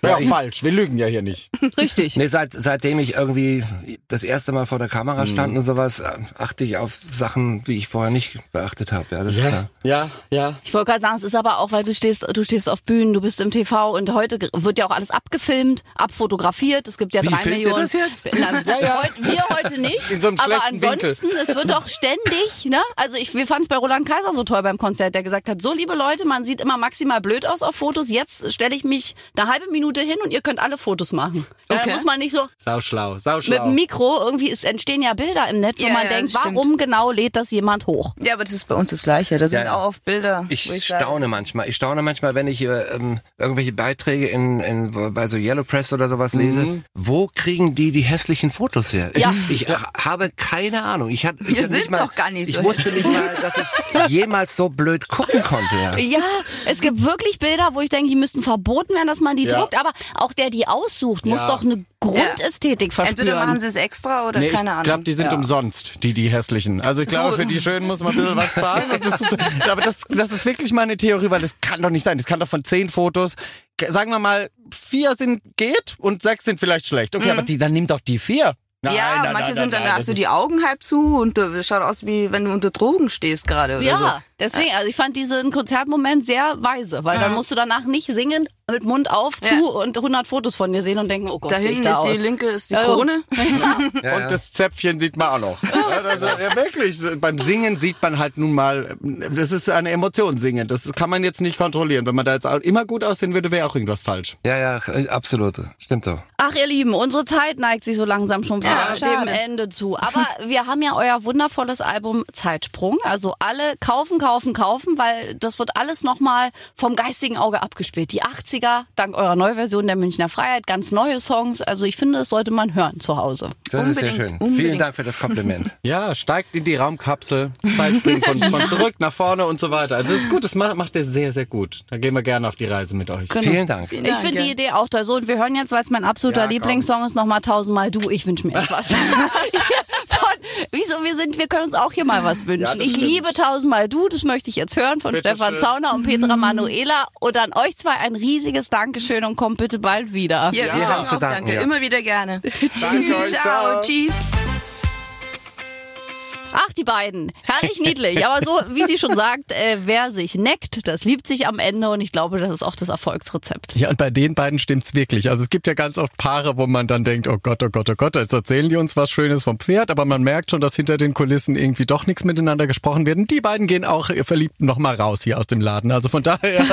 S4: Ja, falsch, wir lügen ja hier nicht.
S2: richtig.
S1: Nee, seit, seitdem ich irgendwie das erste Mal vor der Kamera stand und sowas, äh, achte ich auf Sachen, die ich vorher nicht beachtet habe. Ja, das ist klar.
S4: ja, ja.
S2: Ich wollte gerade sagen, es ist aber auch, weil du stehst, du stehst auf Bühnen, du bist im TV und heute ge- wird ja auch alles abgefilmt, abfotografiert. Es gibt ja
S1: Wie,
S2: drei
S1: filmt ihr
S2: Millionen.
S1: das jetzt?
S2: Na,
S4: ja.
S2: Heute, wir heute nicht.
S4: In so einem
S2: aber
S4: schlechten Winkel.
S2: ansonsten, es wird doch ständig, ne? Also ich, wir fanden es bei Roland Kaiser so toll beim Konzert, der gesagt hat, so liebe Leute, man sieht immer maximal blöd aus auf Fotos. Jetzt stelle ich mich eine halbe Minute hin und ihr könnt alle Fotos machen. Ja,
S6: Okay.
S2: Dann muss man nicht so,
S4: Sauschlau,
S2: mit
S4: sauschlau.
S2: dem Mikro irgendwie es entstehen ja Bilder im Netz, wo
S6: Ja,
S2: man
S6: ja,
S2: denkt,
S6: das stimmt.
S2: warum genau lädt das jemand hoch?
S6: Ja, aber das ist bei uns das Gleiche. Da sind
S1: ja.
S6: auch auf Bilder.
S1: Ich,
S6: wo sage,
S1: staune manchmal. Ich staune manchmal, wenn ich hier, ähm, irgendwelche Beiträge in, in, bei so Yellow Press oder sowas
S6: Mhm.
S1: lese. Wo kriegen die die hässlichen Fotos her?
S2: Ja.
S1: Ich, ich ha- habe keine Ahnung. Ich hat, ich
S6: Wir
S1: hat
S6: sind
S1: nicht mal,
S6: doch gar nicht
S1: Ich
S6: so
S1: wusste nicht mal, dass ich jemals so blöd gucken konnte.
S6: [LAUGHS]
S1: Ja.
S2: Ja, es gibt wirklich Bilder, wo ich denke, die müssten verboten werden, dass man die
S4: Ja.
S2: druckt, aber auch der die aussucht, muss
S4: Ja.
S2: doch eine Grundästhetik
S6: Entweder Also machen
S2: verspüren.
S6: sie es extra oder
S4: Nee,
S6: keine
S4: ich
S6: Ahnung.
S4: glaube, die sind um umsonst, die, die hässlichen. Also ich glaube,
S6: So.
S4: für die schönen muss man ein bisschen was zahlen. Und das ist, aber das, das ist wirklich meine Theorie, weil das kann doch nicht sein. Das kann doch von zehn Fotos, k- sagen wir mal, vier sind geht und sechs sind vielleicht schlecht. Okay, aber die, dann nimm doch die vier. Nein,
S6: Mhm. ja,
S4: nein,
S6: manche
S4: nein,
S6: sind
S4: nein,
S6: dann, da
S4: nein,
S6: hast
S4: das
S6: du die Augen halb zu und äh, schaut aus, wie wenn du unter Drogen stehst gerade. oder
S2: ja, deswegen, also ich fand diesen Konzertmoment sehr weise, weil dann musst du danach nicht singen mit Mund auf zu
S6: Mhm. Ja.
S2: und 100 Fotos von dir sehen und denken, oh Gott,
S6: Da
S2: seh ich
S6: hinten
S2: da
S6: ist
S2: aus. Ähm,
S6: die linke, ist die
S2: Ja.
S6: Krone. [LAUGHS]
S1: Ja, ja.
S4: Und das Zäpfchen sieht man auch noch. [LAUGHS] Ja, das, ja, wirklich. Beim Singen sieht man halt nun mal, das ist eine Emotion singen. Das kann man jetzt nicht kontrollieren. Wenn man da jetzt auch immer gut aussehen würde, wäre auch irgendwas falsch.
S1: ja, ja, absolut. Stimmt doch.
S2: Ach ihr Lieben, unsere Zeit neigt sich so langsam schon
S6: Ja,
S2: wieder dem
S6: schade.
S2: Ende zu.
S6: [LAUGHS]
S2: Aber wir haben ja euer wundervolles Album Zeitsprung. Also alle kaufen, kaufen, kaufen, weil das wird alles nochmal vom geistigen Auge abgespielt. Die 80er, dank eurer Neuversion der Münchner Freiheit, ganz neue Songs. Also ich finde, das sollte man hören zu Hause.
S1: Das ist sehr
S6: Unbedingt,
S1: schön. Vielen
S6: unbedingt.
S1: Dank für das
S6: [LAUGHS]
S1: Kompliment.
S4: Ja, steigt in die Raumkapsel, Zeit springt von, von zurück nach vorne und so weiter. Also das ist gut, das macht, macht ihr sehr, sehr gut. Da gehen wir gerne auf die Reise mit
S6: Genau.
S4: euch.
S1: Vielen Dank.
S2: Ich finde die Idee auch toll. So, und wir hören jetzt, weil es mein absoluter
S4: Ja, komm.
S2: Lieblingssong ist, nochmal tausendmal du. Ich wünsche mir [LAUGHS]
S4: [LAUGHS]
S2: etwas. Von, wieso wir sind, wir können uns auch hier mal was wünschen.
S4: das
S2: ich
S4: stimmt.
S2: liebe tausendmal du. Das möchte ich jetzt hören von
S4: Bitte
S2: Stefan
S4: schön.
S2: Zauner und Petra Manuela. Und an euch zwei ein riesiges Dankeschön und kommt bitte bald wieder.
S6: Ja, wir
S1: haben
S6: sagen
S1: zu
S6: auch
S1: danken,
S6: danke.
S1: ja.
S6: Immer wieder gerne.
S4: Danke euch,
S6: Ciao, tschüss.
S2: Ach, die beiden. Herrlich niedlich. Aber so, wie sie schon sagt, äh, wer sich neckt, das liebt sich am Ende. Und ich glaube, das ist auch das Erfolgsrezept.
S4: Ja, und bei den beiden stimmt's wirklich. Also es gibt ja ganz oft Paare, wo man dann denkt, oh Gott, oh Gott, oh Gott, jetzt erzählen die uns was Schönes vom Pferd, aber man merkt schon, dass hinter den Kulissen irgendwie doch nichts miteinander gesprochen wird. Und die beiden gehen auch äh, verliebt nochmal raus hier aus dem Laden. Also von daher.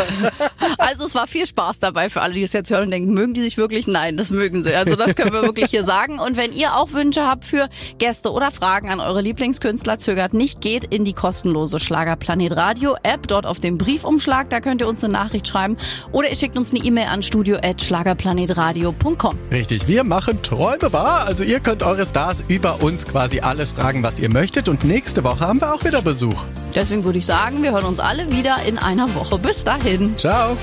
S2: Also es war viel Spaß dabei für alle, die es jetzt hören und denken, mögen die sich wirklich? Nein, das mögen sie. Also das können wir wirklich hier sagen. Und wenn ihr auch Wünsche habt für Gäste oder Fragen an eure Lieblingskünstler, zögert nicht, geht in die kostenlose Schlagerplanet Radio App, dort auf dem Briefumschlag, da könnt ihr uns eine Nachricht schreiben oder ihr schickt uns eine E-Mail an studio@schlagerplanetradio.com.
S4: Richtig, wir machen Träume wahr. Also ihr könnt eure Stars über uns quasi alles fragen, was ihr möchtet. Und nächste Woche haben wir auch wieder Besuch.
S2: Deswegen würde ich sagen, wir hören uns alle wieder in einer Woche. Bis dahin.
S4: Ciao.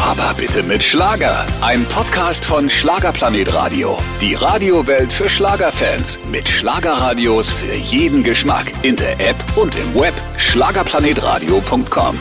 S5: Aber bitte mit Schlager. Ein Podcast von Schlagerplanet Radio. Die Radiowelt für Schlagerfans. Mit Schlagerradios für jeden Geschmack. In der App und im Web. Schlagerplanetradio.com.